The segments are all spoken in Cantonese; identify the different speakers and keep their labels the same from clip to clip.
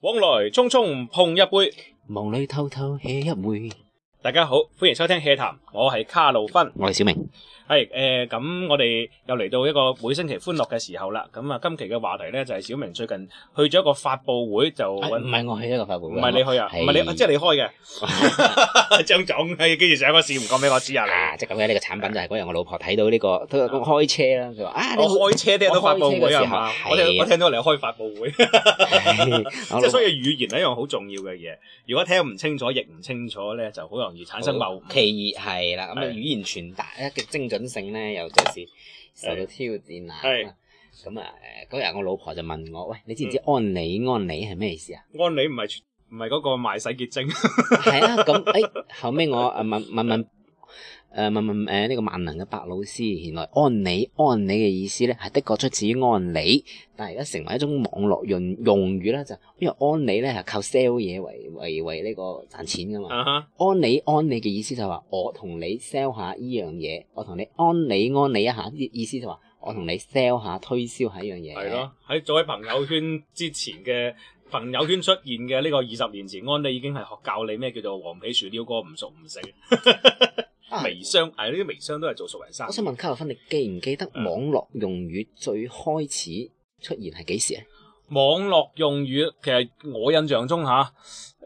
Speaker 1: 往來匆匆碰一杯。
Speaker 2: 夢裏偷偷 hea 一會。
Speaker 1: 大家好，歡迎收聽《hea 談》，我係卡路芬。
Speaker 2: 我係小明，
Speaker 1: 係誒，咁、我哋又嚟到一個每星期歡樂嘅時候啦。咁啊，今期嘅話題咧就係、小明最近去咗一個發佈會，就
Speaker 2: 啊唔
Speaker 1: 揾
Speaker 2: 係我係一個發佈
Speaker 1: 唔
Speaker 2: 會，
Speaker 1: 係你去啊，
Speaker 2: 係
Speaker 1: 唔係你即係你開 嘅 張總，係跟住上個市唔講俾我知啊你。
Speaker 2: 啊，即係咁嘅呢個產品就係嗰日我老婆睇到呢個，佢佢開車啦， 佢話啊，你好
Speaker 1: 我開車聽到發佈會啊
Speaker 2: 我開車嘅時候
Speaker 1: 嘛，
Speaker 2: 係啊
Speaker 1: 我聽我聽到你開發佈會，即
Speaker 2: 唉我
Speaker 1: 係
Speaker 2: 老婆
Speaker 1: 所以語言係一樣好重要嘅嘢。如果聽唔清楚、譯唔清楚咧，就好容易產生謬誤。
Speaker 2: 其二係啦，咁啊
Speaker 1: 係
Speaker 2: 語言傳達咧嘅精準性咧，又再是受到挑戰啦。
Speaker 1: 係
Speaker 2: 咁啊，誒嗰日我老婆就問我：喂，你知唔知
Speaker 1: 嗯
Speaker 2: 安理安理係咩意思啊？
Speaker 1: 安理唔係唔係嗰個賣洗潔精，
Speaker 2: 係啊，咁誒後尾我誒問問問誒問問誒呢個萬能嘅白老師，原來安理安理嘅意思咧係的確出自於安理，但係而家成為一種網絡用用語啦，就因為安理咧係靠 sell 嘢為為為呢個賺錢噶嘛。
Speaker 1: 啊哈
Speaker 2: 安理安理嘅意思就係話我同你 sell 下依樣嘢，我同你安理安理一下，意意思就話我同你 sell 下推銷下依樣嘢。
Speaker 1: 係咯。喺早喺朋友圈之前嘅朋友圈出現嘅呢個二十年前，安理已經係學教你咩叫做黃皮樹鷯哥唔熟唔食，
Speaker 2: 啊，
Speaker 1: 微商係呢啲微商都係做熟人生
Speaker 2: 我。想問卡洛芬，你記唔記得
Speaker 1: 嗯
Speaker 2: 網絡用語最開始出現係幾時啊咧？
Speaker 1: 網絡用語其實我印象中吓，誒、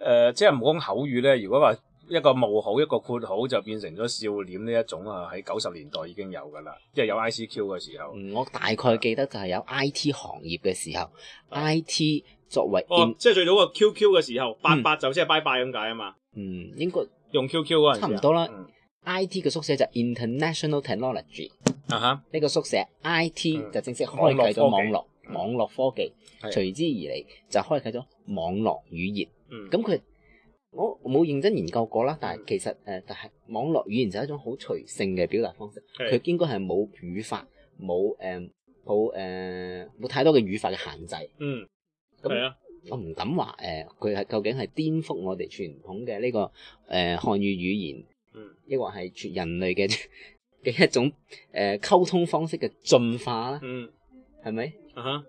Speaker 1: 呃即係唔好講口語咧。如果話一個冒號一個括號就變成咗笑臉呢一種啊，喺九十年代已經有㗎啦，即係有 ICQ 嘅時候。
Speaker 2: 嗯我大概記得就係有 I T 行業嘅時候，I T 作為
Speaker 1: 啊哦
Speaker 2: in，
Speaker 1: 即係最早個 QQ 嘅時候，八八就即係拜拜咁解啊嘛。
Speaker 2: 嗯應該
Speaker 1: 嗯用 QQ 嗰陣時啊
Speaker 2: 差唔多啦
Speaker 1: 嗯
Speaker 2: I T 嘅縮寫就係 International Technology，
Speaker 1: 啊哈，
Speaker 2: 呢個縮寫 I T
Speaker 1: 嗯
Speaker 2: 就正式開啟咗網
Speaker 1: 網
Speaker 2: 絡
Speaker 1: 嗯
Speaker 2: 網絡科技，
Speaker 1: 係
Speaker 2: 隨之而嚟就開啟咗網絡語言。
Speaker 1: 嗯，
Speaker 2: 咁佢我冇認真研究過啦，但係其實誒，呃但係網絡語言就係一種好隨性嘅表達方式，
Speaker 1: 係
Speaker 2: 佢應該係冇語法，冇誒冇誒冇太多嘅語法嘅限制。
Speaker 1: 嗯，
Speaker 2: 咁
Speaker 1: 係啊，
Speaker 2: 我唔敢話誒，佢、係究竟係顛覆我哋傳統嘅呢、個誒、呃、漢語語言，
Speaker 1: 嗯，
Speaker 2: 抑或係全人類嘅嘅一種誒、呃、溝通方式嘅進化啦，
Speaker 1: 嗯，
Speaker 2: 係咪？
Speaker 1: 啊哈，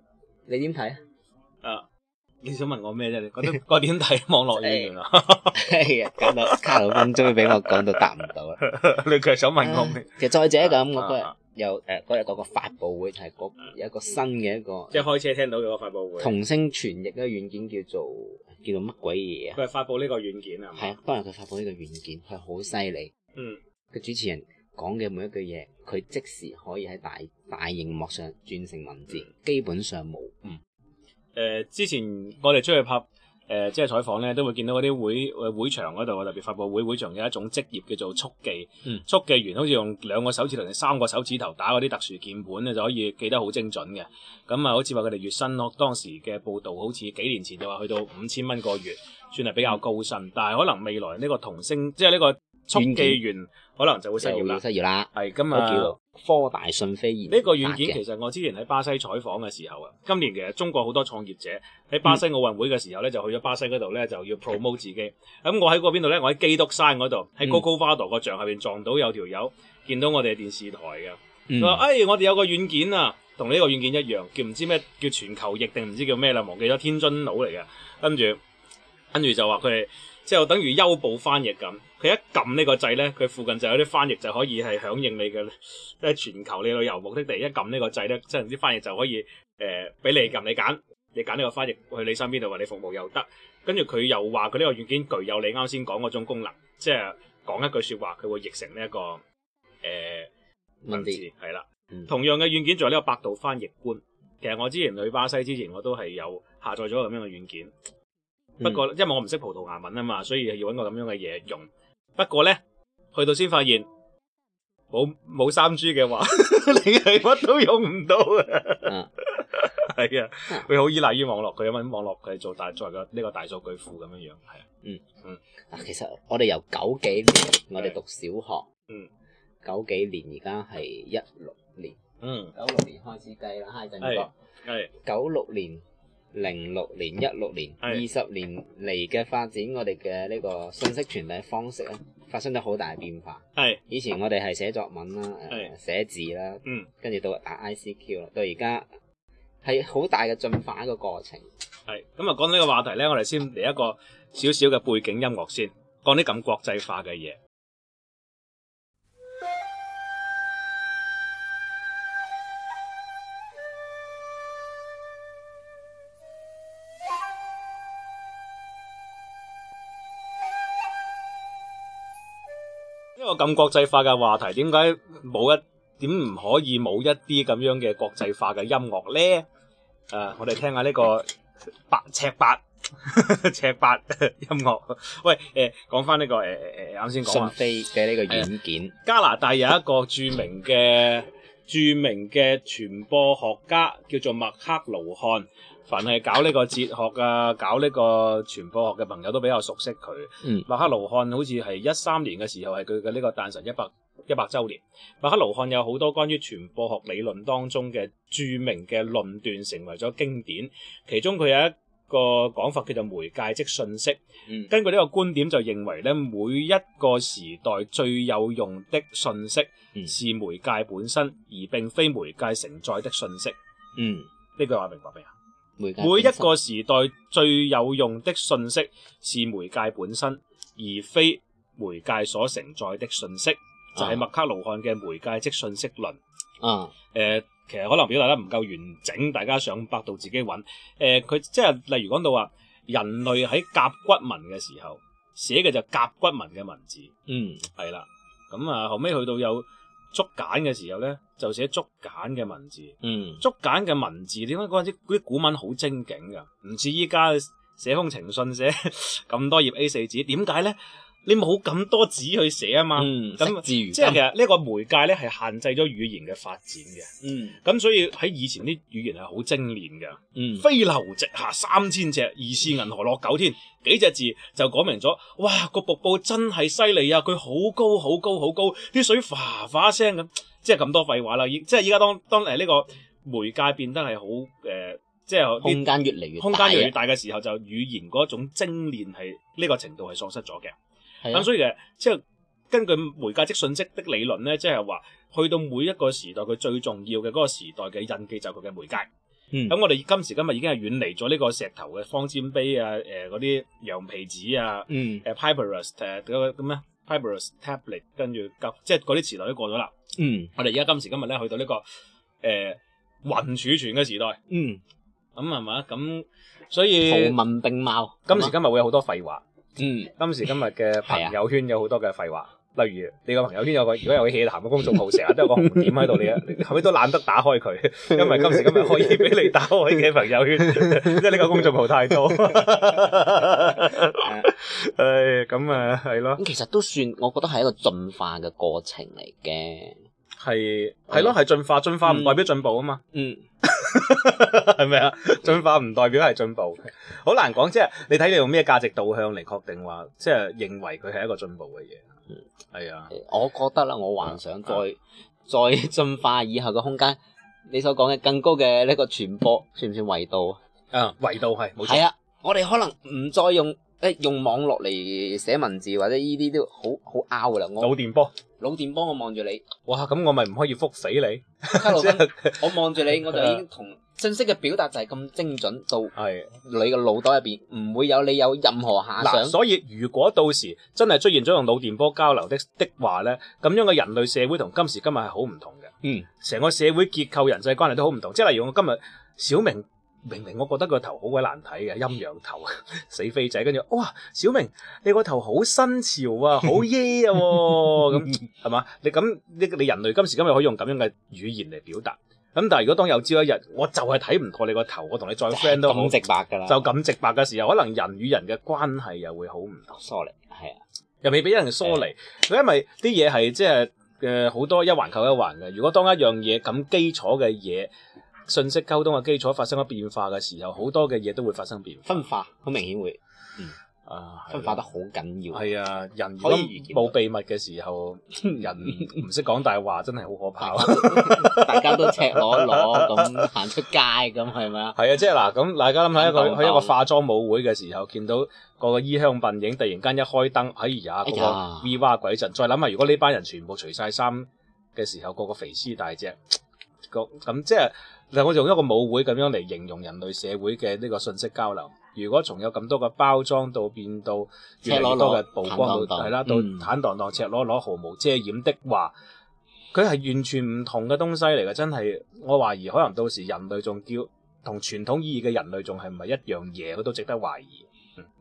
Speaker 2: 你點睇啊？
Speaker 1: 啊，你想問我咩啫？你覺得 我點睇網絡語言啊？
Speaker 2: 係啊，搞到 卡魯芬終於俾我講到答唔到啦。
Speaker 1: 你其實想問我
Speaker 2: 唉
Speaker 1: 咩？
Speaker 2: 其實再者咁，我
Speaker 1: 啊
Speaker 2: 嗰日
Speaker 1: 啊
Speaker 2: 又誒嗰日嗰個發佈會係嗰有一個新嘅一個
Speaker 1: 即係開車聽到嘅個發佈會，
Speaker 2: 同聲傳譯嘅軟件叫做叫做乜鬼嘢啊？
Speaker 1: 佢係發佈呢個軟件啊，
Speaker 2: 係啊，當日佢發佈呢個軟件，佢好犀利。
Speaker 1: 嗯。
Speaker 2: 個主持人講嘅每一句嘢，佢即時可以喺大大熒幕上轉成文字，基本上冇
Speaker 1: 嗯
Speaker 2: 誤。
Speaker 1: 誒、呃之前我哋出去拍誒、即係採訪咧，都會見到嗰啲會誒會場嗰度，特別發佈會會場有一種職業叫做速記，
Speaker 2: 嗯
Speaker 1: 速記員好似用兩個手指頭定三個手指頭打嗰啲特殊鍵盤咧，就可以記得好精準嘅。咁啊，好似話佢哋月薪咯，當時嘅報道好似幾年前就話去到五千蚊個月，算係比較高薪，但係可能未來呢個童星即係呢個速
Speaker 2: 軟
Speaker 1: 記
Speaker 2: 件
Speaker 1: 員可能就會失業
Speaker 2: 就
Speaker 1: 啦
Speaker 2: 要。嗯失業啦，
Speaker 1: 係咁
Speaker 2: 都
Speaker 1: 啊。
Speaker 2: 叫做科大訊飛研
Speaker 1: 呢個軟件
Speaker 2: 發嘅
Speaker 1: 其實我之前喺巴西採訪嘅時候啊，今年其實中國好多創業者喺
Speaker 2: 嗯
Speaker 1: 巴西奧運會嘅時候咧，就去咗巴西嗰度咧就要 promote 自己。咁我喺嗰邊度咧，我喺基督山嗰度，喺
Speaker 2: 嗯
Speaker 1: Coco Vado 個像下邊撞到有條友，見到我哋電視台嘅，
Speaker 2: 嗯
Speaker 1: 佢話：，哎，我哋有個軟件啊，同呢個軟件一樣，叫唔知咩叫全球譯定唔知叫咩啦，忘記咗天津佬嚟嘅。跟住跟住就話佢哋即係等於優步翻譯咁，佢一撳呢個掣咧，佢附近就有啲翻譯就可以係響應你嘅， 即係全球你旅遊目的地一撳呢個掣咧，即係啲翻譯就可以誒呃俾、你撳你揀，你揀呢個翻譯去你身邊度為你服務又得。跟住佢又話佢呢個軟件具有你啱先講嗰種功能，即係講一句説話佢會譯成呢、一個誒。呃
Speaker 2: 文字
Speaker 1: 係啦
Speaker 2: 嗯。
Speaker 1: 同樣嘅軟件仲有呢個百度翻譯官。其實我之前去巴西之前，我都係有下載咗咁樣嘅軟件。不
Speaker 2: 嗯
Speaker 1: 過因為我唔識葡萄牙文啊嘛，所以要揾個咁樣嘅嘢用。不過呢，去到先發現冇冇三 G 嘅話， 你係乜都用唔到啊！
Speaker 2: 嗯
Speaker 1: 係啊，佢好依賴於網絡，佢揾網絡佢做大作為個呢個大數據庫咁樣樣，係啊，
Speaker 2: 啊，其實我哋由九幾年我哋讀小學，
Speaker 1: 嗯，
Speaker 2: 九幾年而家係一六年，
Speaker 1: 嗯，
Speaker 2: 九六年開始計啦，嗨，振
Speaker 1: 係
Speaker 2: 哥，
Speaker 1: 嗯係
Speaker 2: 九六年。零六年、一六年、二
Speaker 1: 係
Speaker 2: 十年嚟嘅發展，我哋嘅呢個信息傳遞方式咧，發生咗好大變化。
Speaker 1: 係
Speaker 2: 以前我哋係寫作文啦，誒、
Speaker 1: 係
Speaker 2: 寫字啦，
Speaker 1: 嗯
Speaker 2: 跟住到打 ICQ 啦，到而家係好大嘅進化一個過程。
Speaker 1: 係咁啊，講呢個話題咧，我哋先嚟一個少少嘅背景音樂先，講啲咁國際化嘅嘢。一個咁國際化嘅話題，點解冇一點唔可以冇一啲咁樣嘅國際化嘅音樂咧？誒、我哋聽下呢個白 尺八尺八音樂。喂，誒、講翻呢個誒誒誒啱先講啊
Speaker 2: 信
Speaker 1: 話
Speaker 2: 飛嘅呢個軟件，
Speaker 1: 加拿大有一個著名嘅著名嘅傳播學家叫做麥克勞漢，凡係搞呢個哲學啊、搞呢個傳播學嘅朋友都比較熟悉佢。
Speaker 2: 嗯
Speaker 1: 麥克勞漢好似係一三年嘅時候係佢嘅呢個誕辰一百一百週年。麥克勞漢有好多關於傳播學理論當中嘅著名嘅論斷成為咗經典，其中佢有一個講法叫做媒介即信息。
Speaker 2: 嗯
Speaker 1: 根據呢個觀點就認為咧，每一個時代最有用的信息
Speaker 2: 嗯
Speaker 1: 是媒介本身，而並非媒介承載的信息。
Speaker 2: 嗯，
Speaker 1: 呢句話明白未啊？
Speaker 2: 每
Speaker 1: 每一個時代最有用的信息是媒介本身，而非媒介所承載的信息，就係、麥克勞漢嘅媒介即信息論。
Speaker 2: 啊，
Speaker 1: 誒、呃其實可能表達得唔夠完整，大家上百度自己揾。誒、呃佢即係例如講到話，人類喺甲骨文嘅時候寫嘅就甲骨文嘅文字，
Speaker 2: 嗯
Speaker 1: 係啦。咁啊，後尾去到有竹簡嘅時候咧，就寫竹簡嘅文字。
Speaker 2: 嗯
Speaker 1: 竹簡嘅文字點解嗰陣時嗰啲古文好精警㗎？唔似依家寫封情信寫 咁多頁 A 四紙，點解咧？你冇咁多紙去寫啊嘛。
Speaker 2: 嗯，
Speaker 1: 咁
Speaker 2: 咁至如
Speaker 1: 即係其實呢個媒介咧係限制咗語言嘅發展嘅。
Speaker 2: 嗯
Speaker 1: 咁所以喺以前啲語言係好精煉嘅，
Speaker 2: 嗯
Speaker 1: 飛流直下三千尺，疑是銀河落九天，幾隻字就講明咗。哇！個瀑布真係犀利啊！佢好高好高好高，啲水嘩嘩聲咁，即係咁多廢話啦。已即係依家當當誒呢個媒介變得係好誒，即係啲
Speaker 2: 空間越嚟越啊
Speaker 1: 空間越嚟越
Speaker 2: 越
Speaker 1: 大嘅時候，就語言嗰種精煉係呢個程度係喪失咗嘅。咁
Speaker 2: 咁
Speaker 1: 所以嘅即係根據媒介即信息的理論咧，即係話去到每一個時代，佢最重要嘅嗰個時代嘅印記就係佢嘅媒介。
Speaker 2: 以
Speaker 1: 咁我哋今時今日已經係遠離咗呢個石頭嘅方尖碑啊，誒嗰啲羊皮紙啊，
Speaker 2: 嗯
Speaker 1: 誒 papyrus 誒嗰個咁咩 papyrus tablet，跟住夾即係嗰啲時代都過咗啦。
Speaker 2: 嗯
Speaker 1: 我哋而家今時今日咧去到呢、個誒、雲儲存嘅時代，
Speaker 2: 嗯，
Speaker 1: 咁係嘛？咁所以
Speaker 2: 圖文並茂，
Speaker 1: 今時今日會有好多廢話。
Speaker 2: 嗯
Speaker 1: 今時今日嘅朋友圈有好多嘅廢話，例如你個朋友圈有個如果有個 hea 談嘅公眾號，成日都有個紅點喺度，你你後尾都懶得打開佢，因為今時今日可以俾你打開嘅朋友圈，即係呢個公眾號太多。唉，咁啊，係咯，
Speaker 2: 咁其實都算，我覺得係一個進化嘅過程嚟嘅。
Speaker 1: 係係咯，係進化，進化唔代表進步啊嘛。
Speaker 2: 嗯
Speaker 1: 系咪啊？進化唔代表係進步，好難講。即係你睇你用咩價值導向嚟確定話，即係認為佢係一個進步嘅嘢。係啊，
Speaker 2: 我覺得啦，我幻想再再進化以後嘅空間，你所講嘅更高嘅呢個傳播，算唔算維度啊？
Speaker 1: 啊，維度係冇錯
Speaker 2: 係。啊，我哋可能唔再用誒用網絡嚟寫文字或者呢啲都好好 out 噶啦。
Speaker 1: 腦
Speaker 2: 我
Speaker 1: 電波，
Speaker 2: 老電幫我望住 你，
Speaker 1: 哇！咁我咪唔可以覆死你，
Speaker 2: 卡路
Speaker 1: 即
Speaker 2: 芬，
Speaker 1: 係
Speaker 2: 我望住你，我就已經同信息嘅表達就係咁精準到
Speaker 1: 係
Speaker 2: 你嘅腦袋入邊唔會有你有任何遐
Speaker 1: 嗱。
Speaker 2: 想。
Speaker 1: 所以如果到時真係出現咗用腦電波交流的的話咧，咁樣嘅人類社會同今時今日係好唔同嘅，
Speaker 2: 嗯
Speaker 1: 成個社會結構、人際關係都好唔同。即係例如我今日小明。明明我覺得個頭好鬼難睇嘅陰陽頭 死飛仔，跟住哇小明你個頭好新潮啊， 好耶啊喎咁係嘛？你咁你你人類今時今日可以用咁樣嘅語言嚟表達，咁但係如果當有朝一日我就係睇唔過你個頭，我同你再 friend 都好
Speaker 2: 咁，直白噶啦，
Speaker 1: 就咁直白嘅時候，可能人與人嘅關係又會好唔同，
Speaker 2: sorry，係啊，
Speaker 1: 又未俾人疏離。
Speaker 2: 嗯
Speaker 1: 因為啲嘢係即係誒好多一環扣一環嘅。如果當一樣嘢咁基礎嘅嘢，信息溝通嘅基礎發生咗變化嘅時候，好多嘅嘢都會發生變化。
Speaker 2: 分化好明顯會
Speaker 1: 啊，係
Speaker 2: 分化得好緊要。
Speaker 1: 係啊，人如
Speaker 2: 可
Speaker 1: 果
Speaker 2: 以預見到
Speaker 1: 冇秘密嘅時 候，人唔識講大話，真係好可怕。
Speaker 2: 大家都赤裸裸 咁行出街咁係咪啊？
Speaker 1: 係啊，即係嗱，咁大家諗下一
Speaker 2: 等
Speaker 1: 個
Speaker 2: 等
Speaker 1: 去一個化妝舞會嘅時候，見到個個衣香鬢影，突然間一開燈，哎呀，
Speaker 2: 哎
Speaker 1: 個
Speaker 2: 呀
Speaker 1: 個 V 哇鬼陣。再諗下，如果呢班人全部除晒衫嘅時候，個個肥屍大隻，個咁即係但我用一個舞會咁樣嚟形容人類社會嘅呢個信息交流。如果從有咁多嘅包裝到變到越嚟越多嘅曝光
Speaker 2: 赤裸裸
Speaker 1: 到係啦，到
Speaker 2: 嗯
Speaker 1: 坦蕩蕩、赤裸裸、毫無遮掩的話，佢係完全唔同嘅東西嚟嘅。真係我懷疑，可能到時人類仲叫同傳統意義嘅人類仲係唔係一樣嘢，佢都值得懷疑。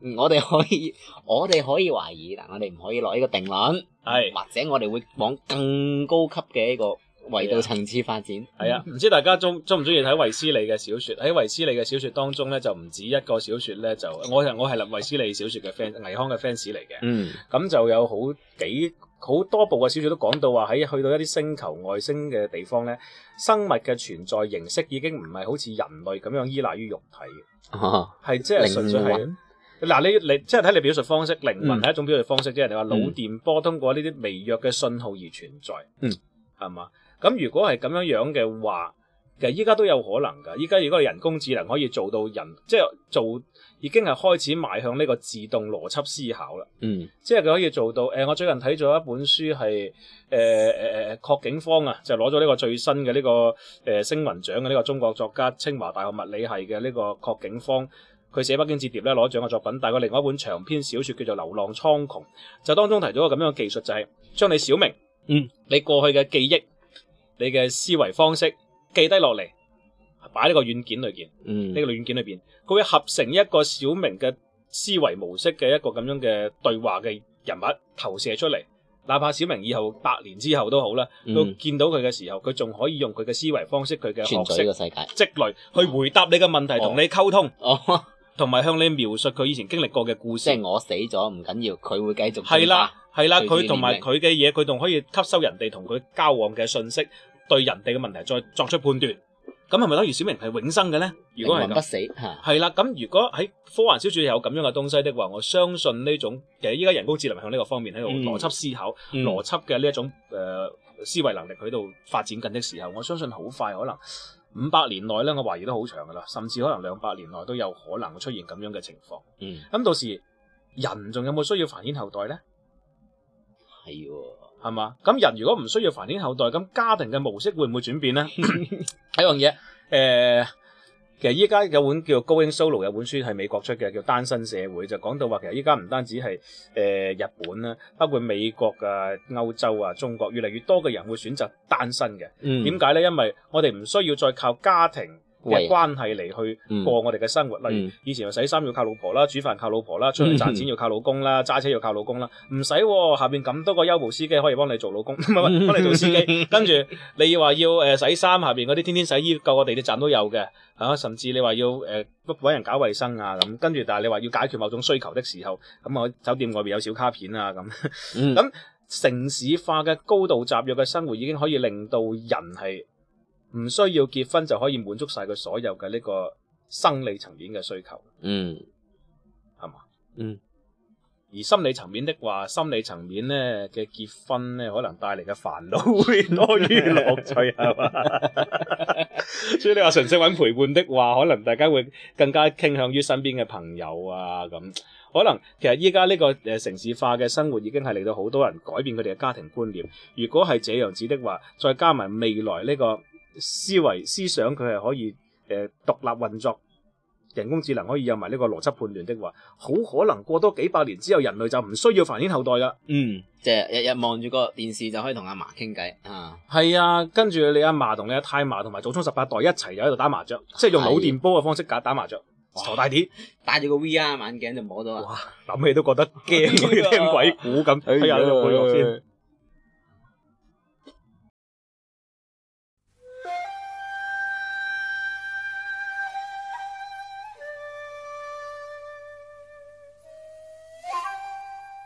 Speaker 2: 嗯我哋可以，我哋可以懷疑，但我哋唔可以落呢個定論。
Speaker 1: 係
Speaker 2: 或者我哋會往更高級嘅一個維度層次發展。
Speaker 1: 係啊，唔知大家中中唔中意睇維斯利嘅小説？喺維斯利嘅小説當中咧，就唔止一個小説咧，就我係我係維斯利小説嘅 fans，倪匡嘅 fans 嚟嘅。
Speaker 2: 嗯，
Speaker 1: 咁就有好幾好多部嘅小説都講到話喺去到一啲星球外星嘅地方咧，生物嘅存在形式已經唔係好似人類咁樣依賴於肉體嘅，
Speaker 2: 哦，
Speaker 1: 係即係純粹
Speaker 2: 靈
Speaker 1: 係
Speaker 2: 魂。
Speaker 1: 嗱，你你即係睇你表述方式，靈魂
Speaker 2: 嗯
Speaker 1: 係一種表述方式，即係你話腦
Speaker 2: 嗯
Speaker 1: 電波通過呢啲微弱嘅信號而存在，
Speaker 2: 嗯，
Speaker 1: 係嘛？咁如果係咁樣樣嘅話，其實依家都有可能㗎。依家如果人工智能可以做到人，即係做已經係開始邁向呢個自動邏輯思考啦。
Speaker 2: 嗯，
Speaker 1: 即係佢可以做到。誒、呃我最近睇咗一本書係呃誒誒誒郭景芳啊，就攞咗呢個最新嘅呢、個誒、星雲獎嘅呢個中國作家，清華大學物理系嘅呢個郭景芳。佢寫《北京折疊》咧攞獎嘅作品，但係佢另外一本長篇小説叫做《流浪蒼穹》，就當中提咗個咁樣嘅技術，就係、將你小明，
Speaker 2: 嗯，
Speaker 1: 你過去嘅記憶、你嘅思維方式記低落嚟，擺呢個軟件裏邊。
Speaker 2: 嗯，
Speaker 1: 呢個軟件裏邊，佢會合成一個小明嘅思維模式嘅一個咁樣嘅對話嘅人物投射出嚟。哪怕小明以後百年之後都好啦，
Speaker 2: 嗯
Speaker 1: 都見到佢嘅時候，佢仲可以用佢嘅思維方式、佢嘅
Speaker 2: 存
Speaker 1: 學
Speaker 2: 在呢
Speaker 1: 識
Speaker 2: 個世界。
Speaker 1: 積累去回答你嘅問題，
Speaker 2: 哦
Speaker 1: 同你溝通，
Speaker 2: 哦，
Speaker 1: 同埋向你描述佢以前經歷過嘅故
Speaker 2: 即
Speaker 1: 事。
Speaker 2: 係我死咗唔緊要，佢會繼續。
Speaker 1: 係啦，，係啦，
Speaker 2: 隨住
Speaker 1: 佢同埋
Speaker 2: 年齡
Speaker 1: 佢嘅嘢，佢仲可以吸收人哋同佢交往嘅信息，對人哋嘅問題再作出判斷。咁係咪等於小明係永生嘅呢？如
Speaker 2: 靈
Speaker 1: 果係
Speaker 2: 魂
Speaker 1: 咁
Speaker 2: 不。死嚇。
Speaker 1: 係啦，咁如果喺科幻小説有咁樣嘅東西的話，我相信呢種其實依家人工智能向呢個方面喺度
Speaker 2: 嗯
Speaker 1: 邏輯思考、
Speaker 2: 嗯
Speaker 1: 邏輯嘅呢一種誒、呃思維能力喺度發展緊的時候，我相信好快可能五百年內咧，我懷疑都好長噶啦，甚至可能兩百年內都有可能出現咁樣嘅情況。
Speaker 2: 嗯，
Speaker 1: 咁到時人仲有冇需要繁衍後代呢？
Speaker 2: 係喎。
Speaker 1: 係嘛？咁人如果唔需要繁衍後代，咁家庭嘅模式會唔會轉變呢？一樣嘢，誒、呃其實依家有本叫《Going Solo》有本書係美國出嘅，叫《單身社會》，就講到話其實依家唔單止係誒、呃日本啦，包括美國啊、歐洲啊、中國，越嚟越多嘅人會選擇單身嘅。
Speaker 2: 嗯
Speaker 1: 點解呢？因為我哋唔需要再靠家庭嘅
Speaker 2: 喂
Speaker 1: 關係嚟去
Speaker 2: 嗯
Speaker 1: 過我哋嘅生活，例如
Speaker 2: 嗯
Speaker 1: 以前話洗衫要靠老婆啦，煮飯靠老婆啦，出去賺錢要靠老公啦，揸車要靠老公啦，唔使喎，下邊咁多個優步司機可以幫你做老公，唔 係唔係幫你做司機，跟住你話要誒洗衫，下邊嗰啲天天洗衣個個地鐵站都有嘅，啊，甚至你話要誒揾人搞衞生啊咁，跟住但係你話要解決某種需求的時候，咁我酒店外邊有小卡片啊咁。
Speaker 2: 嗯
Speaker 1: 咁城市化嘅高度集約嘅生活已經可以令到人係唔需要結婚就可以滿足晒佢所有嘅呢個生理層面嘅需求，
Speaker 2: 嗯
Speaker 1: 係嘛？
Speaker 2: 嗯。
Speaker 1: 而心理層面的話，心理層面咧嘅結婚咧，可能帶嚟嘅煩惱會多於樂趣，係嘛？ 所以你話純粹揾陪伴的話，可能大家會更加傾向於身邊嘅朋友啊咁。可能其實依家呢個誒城市化嘅生活已經係令到好多人改變佢哋嘅家庭觀念。如果係這樣子的話，再加埋未來呢個思維思想，佢係可以誒獨立運作，人工智能可以有埋呢個邏輯判斷的話，好可能過多幾百年之後，人類就唔需要繁衍後代啦。
Speaker 2: 嗯，即係日日望住個電視就可以同阿嫲傾偈啊。
Speaker 1: 係啊，跟住你阿嫲同你阿太嫲同埋祖宗十八代一齊又喺度打麻雀，即係用腦電波嘅方式打打麻雀，
Speaker 2: 哇
Speaker 1: 鋤大碟。
Speaker 2: 戴住個 VR 眼鏡就摸到啊啦。
Speaker 1: 哇，諗起都覺得 驚，好似聽鬼故咁。睇下呢個配樂先。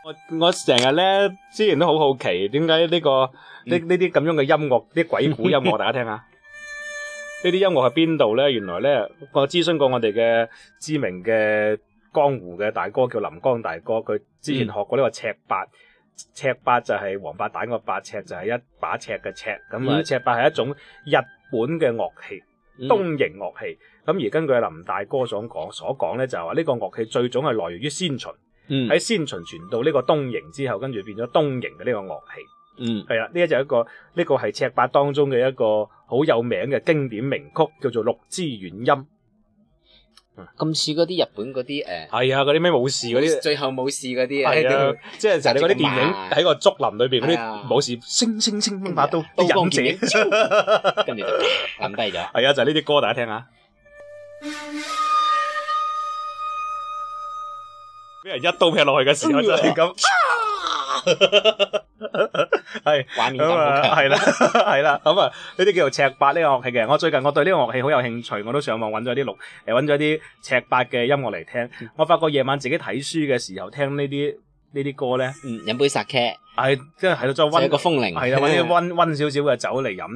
Speaker 1: 我我成日咧，之前都好好奇，點解呢個
Speaker 2: 嗯
Speaker 1: 呢呢啲咁樣嘅音樂，啲鬼故音樂，大家聽下， 呢啲音樂喺邊度咧？原來咧，我諮詢過我哋嘅知名嘅江湖嘅大哥叫林江大哥，佢之前
Speaker 2: 嗯
Speaker 1: 學過呢個尺八。尺八就係王八蛋個八，尺就係一把尺嘅尺，咁啊
Speaker 2: 嗯
Speaker 1: 尺八係一種日本嘅樂器，
Speaker 2: 嗯
Speaker 1: 東型樂器。咁而根據林大哥所講所講咧，就係話呢個樂器最早係來源於先秦。
Speaker 2: 嗯
Speaker 1: 喺先秦傳到呢個東瀛之後，跟住變咗東瀛嘅呢個樂器，
Speaker 2: 嗯
Speaker 1: 係啦，呢一就係一個呢、個係尺八當中嘅一個好有名嘅經典名曲，叫做《六支原音》。
Speaker 2: 咁似嗰啲日本嗰啲誒，
Speaker 1: 係啊，嗰啲咩武士嗰啲。
Speaker 2: 最後冇事嗰啲
Speaker 1: 係啊
Speaker 2: 啊，，
Speaker 1: 即係成日你嗰啲電影喺個竹林裏邊嗰
Speaker 2: 係啊
Speaker 1: 啲武士，星星星掹把刀，
Speaker 2: 刀光
Speaker 1: 啲忍者，
Speaker 2: 劍影跟住就撳低 咗。
Speaker 1: 係啊，就係呢啲歌，大家聽下。俾人一刀劈落去嘅時候就 係咁，係
Speaker 2: 畫面
Speaker 1: 咁
Speaker 2: 感好
Speaker 1: 啊，
Speaker 2: 強，
Speaker 1: 係啦，係啦，咁啊，呢啲叫做尺八呢個樂器嘅。我最近我對呢個樂器好有興趣，我都上網揾咗啲錄，誒揾咗啲尺八嘅音樂嚟聽。我發覺夜晚自己睇書嘅時候聽呢啲呢啲歌咧，
Speaker 2: 嗯，飲杯殺茄，
Speaker 1: 係即係喺度再
Speaker 2: 就
Speaker 1: 温
Speaker 2: 一個風鈴，嗯
Speaker 1: 係啦， 揾啲温温少少嘅酒嚟飲，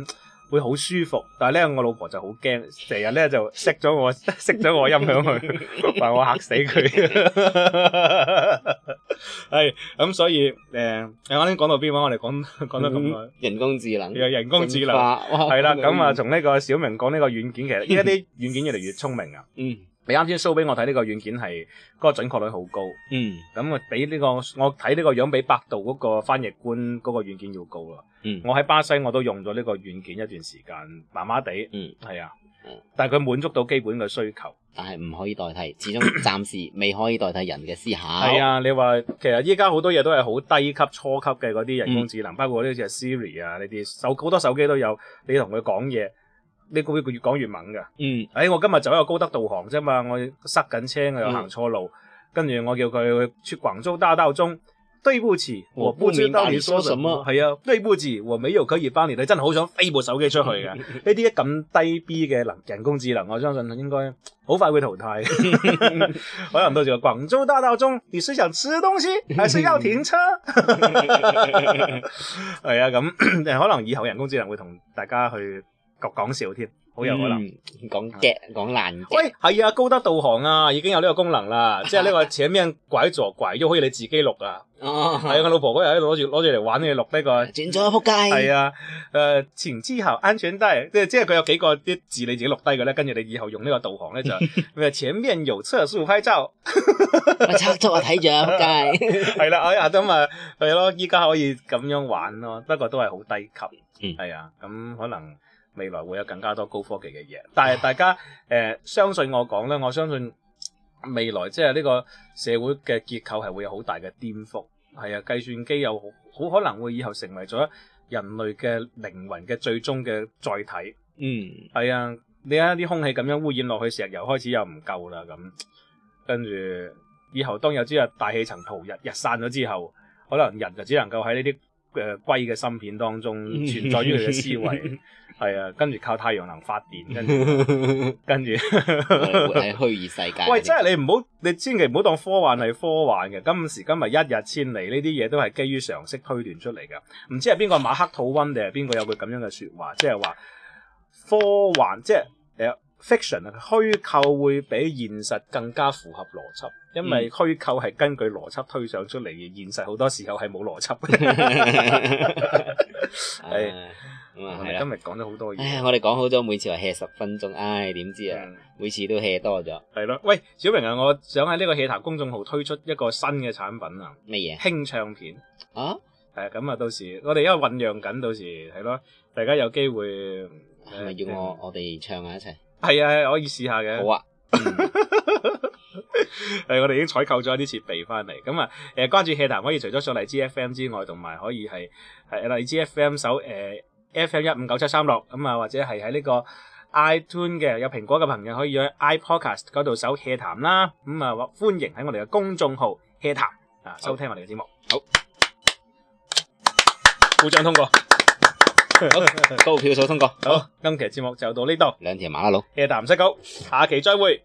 Speaker 1: 會好舒服。但係咧，我老婆就好驚，成日咧就熄咗我 熄咗我音響佢，話我嚇死佢。 係咁，所以誒，啱啱講到邊話？我哋講講咗咁耐，
Speaker 2: 人工智能，
Speaker 1: 有啊人工智能。
Speaker 2: 係
Speaker 1: 係啦，咁啊，，從呢個小明講呢個軟件，其實依家 啲軟件越嚟越聰明啊！
Speaker 2: 嗯
Speaker 1: 你啱先 show 俾我睇呢個軟件係嗰個準確率好高，
Speaker 2: 嗯
Speaker 1: 咁啊比呢個我睇呢個樣比百度嗰個翻譯官嗰個軟件要高啦。
Speaker 2: 嗯，
Speaker 1: 我喺巴西我都用咗呢個軟件一段時間，麻麻地，
Speaker 2: 嗯，
Speaker 1: 係啊
Speaker 2: 嗯，
Speaker 1: 但係佢滿足到基本嘅需求。
Speaker 2: 但係唔可以代替，始終暫時未可以代替人嘅思考。
Speaker 1: 係，啊，你話其實依家好多嘢都係好低級、初級嘅嗰啲人工智
Speaker 2: 嗯
Speaker 1: 能，包括呢隻 Siri 啊，呢啲手好多手機都有，你同佢講嘢，你估佢越講越猛㗎。
Speaker 2: 嗯
Speaker 1: 哎，我今日走一個高德導航啫嘛，我塞緊車，我又行錯路，跟住我叫佢去廣州大道中。對不起，我不知道你說什麼。
Speaker 2: 我不
Speaker 1: 係啊，對不起，我沒有可以幫你。你真係好想飛部手機出去 嘅。呢啲咁低 B 嘅能人工智能，我相信應該好快會淘 汰。可能到時候廣州大道中，你是想吃東 西，還是要停車？係啊，咁可能以後人工智能會同大家去講講笑添，好有可能。啊
Speaker 2: 嗯講嘅講爛嘅，
Speaker 1: 喂，係啊，高德導航啊，已經有呢個功能啦，即係呢個前面拐左拐右可以你自己錄啊。
Speaker 2: 哦，
Speaker 1: 係啊，我老婆嗰日喺度攞住攞住嚟玩嘅錄呢個。
Speaker 2: 轉咗仆街，
Speaker 1: 係啊，誒前之後安全帶，即係即係佢有幾個啲字你自己錄低嘅咧，跟住你以後用呢個導航咧就咩前面有測速拍照，
Speaker 2: 我拆咗我睇住啊 仆 街，
Speaker 1: 係啦，哎呀咁啊係咯，依家可以咁樣玩咯，不過都係好低級，
Speaker 2: 嗯
Speaker 1: 係啊，咁可能未來會有更加多高科技嘅嘢，但係大 家誒、呃相信我講咧，我相信未來即係呢個社會嘅結構係會有好大嘅顛覆，係啊，計算機有好好可能會以後成為咗人類嘅靈魂嘅最終嘅載體。
Speaker 2: 嗯
Speaker 1: 係啊，你睇啲空氣咁樣污染落去，石油開始又唔夠啦咁，跟住以後當有朝日大氣層逃日日散咗之後，可能人就只能夠喺呢啲誒龜嘅芯片當中存在於佢嘅思維，係啊，跟住靠太陽能發電，跟 住跟住，
Speaker 2: 活喺虛擬世界，
Speaker 1: 喂，真係你唔好，你千祈唔好當科幻係科幻嘅，今時今日一日千里呢啲嘢都係基於常識推斷出嚟嘅。唔知係邊個馬克吐温定係邊個有句咁樣嘅説話，即係話科幻即係誒 fiction 啊，虛構會比現實更加符合邏輯，因
Speaker 2: 嗯
Speaker 1: 為虛構係根據邏輯推想出嚟，而現實好多時候係冇邏輯 嘅。 係
Speaker 2: 啊咁啊
Speaker 1: 我
Speaker 2: 係
Speaker 1: 哋
Speaker 2: 啦
Speaker 1: 今。日講咗好多嘢
Speaker 2: 唉，，我哋講好咗每次話 hea 十分鐘，唉，點知啊，
Speaker 1: 嗯
Speaker 2: 每次都 hea 多咗。
Speaker 1: 係咯。喂，小明啊，我想喺呢個氣談公眾號推出一個新嘅產品啊，
Speaker 2: 乜嘢
Speaker 1: 輕唱片。
Speaker 2: 啊？
Speaker 1: 係咁啊！到時我哋因為醖釀緊，到時係咯，大家有機會誒
Speaker 2: 係咪要我我哋唱下一齊？
Speaker 1: 係啊，係可以試下嘅。
Speaker 2: 好啊，
Speaker 1: 係呃我哋已經採購咗一啲設備翻嚟，咁啊誒關注 h 談可以除咗上荔枝 FM 之外，同埋可以係係荔枝 FM 搜誒 FM 一五九七三六咁啊，或者係喺呢個 iTune 嘅有蘋果嘅朋友可以喺 iPodcast 嗰度搜 h 談啦，咁啊歡迎喺我哋嘅公眾號 h 談啊收聽我哋嘅節目。
Speaker 2: 好，
Speaker 1: 鼓掌通過。
Speaker 2: 好，高票數通過，
Speaker 1: 好，今期節目就到呢度。
Speaker 2: 兩條馬拉佬。
Speaker 1: 夜談唔識講，下期再會。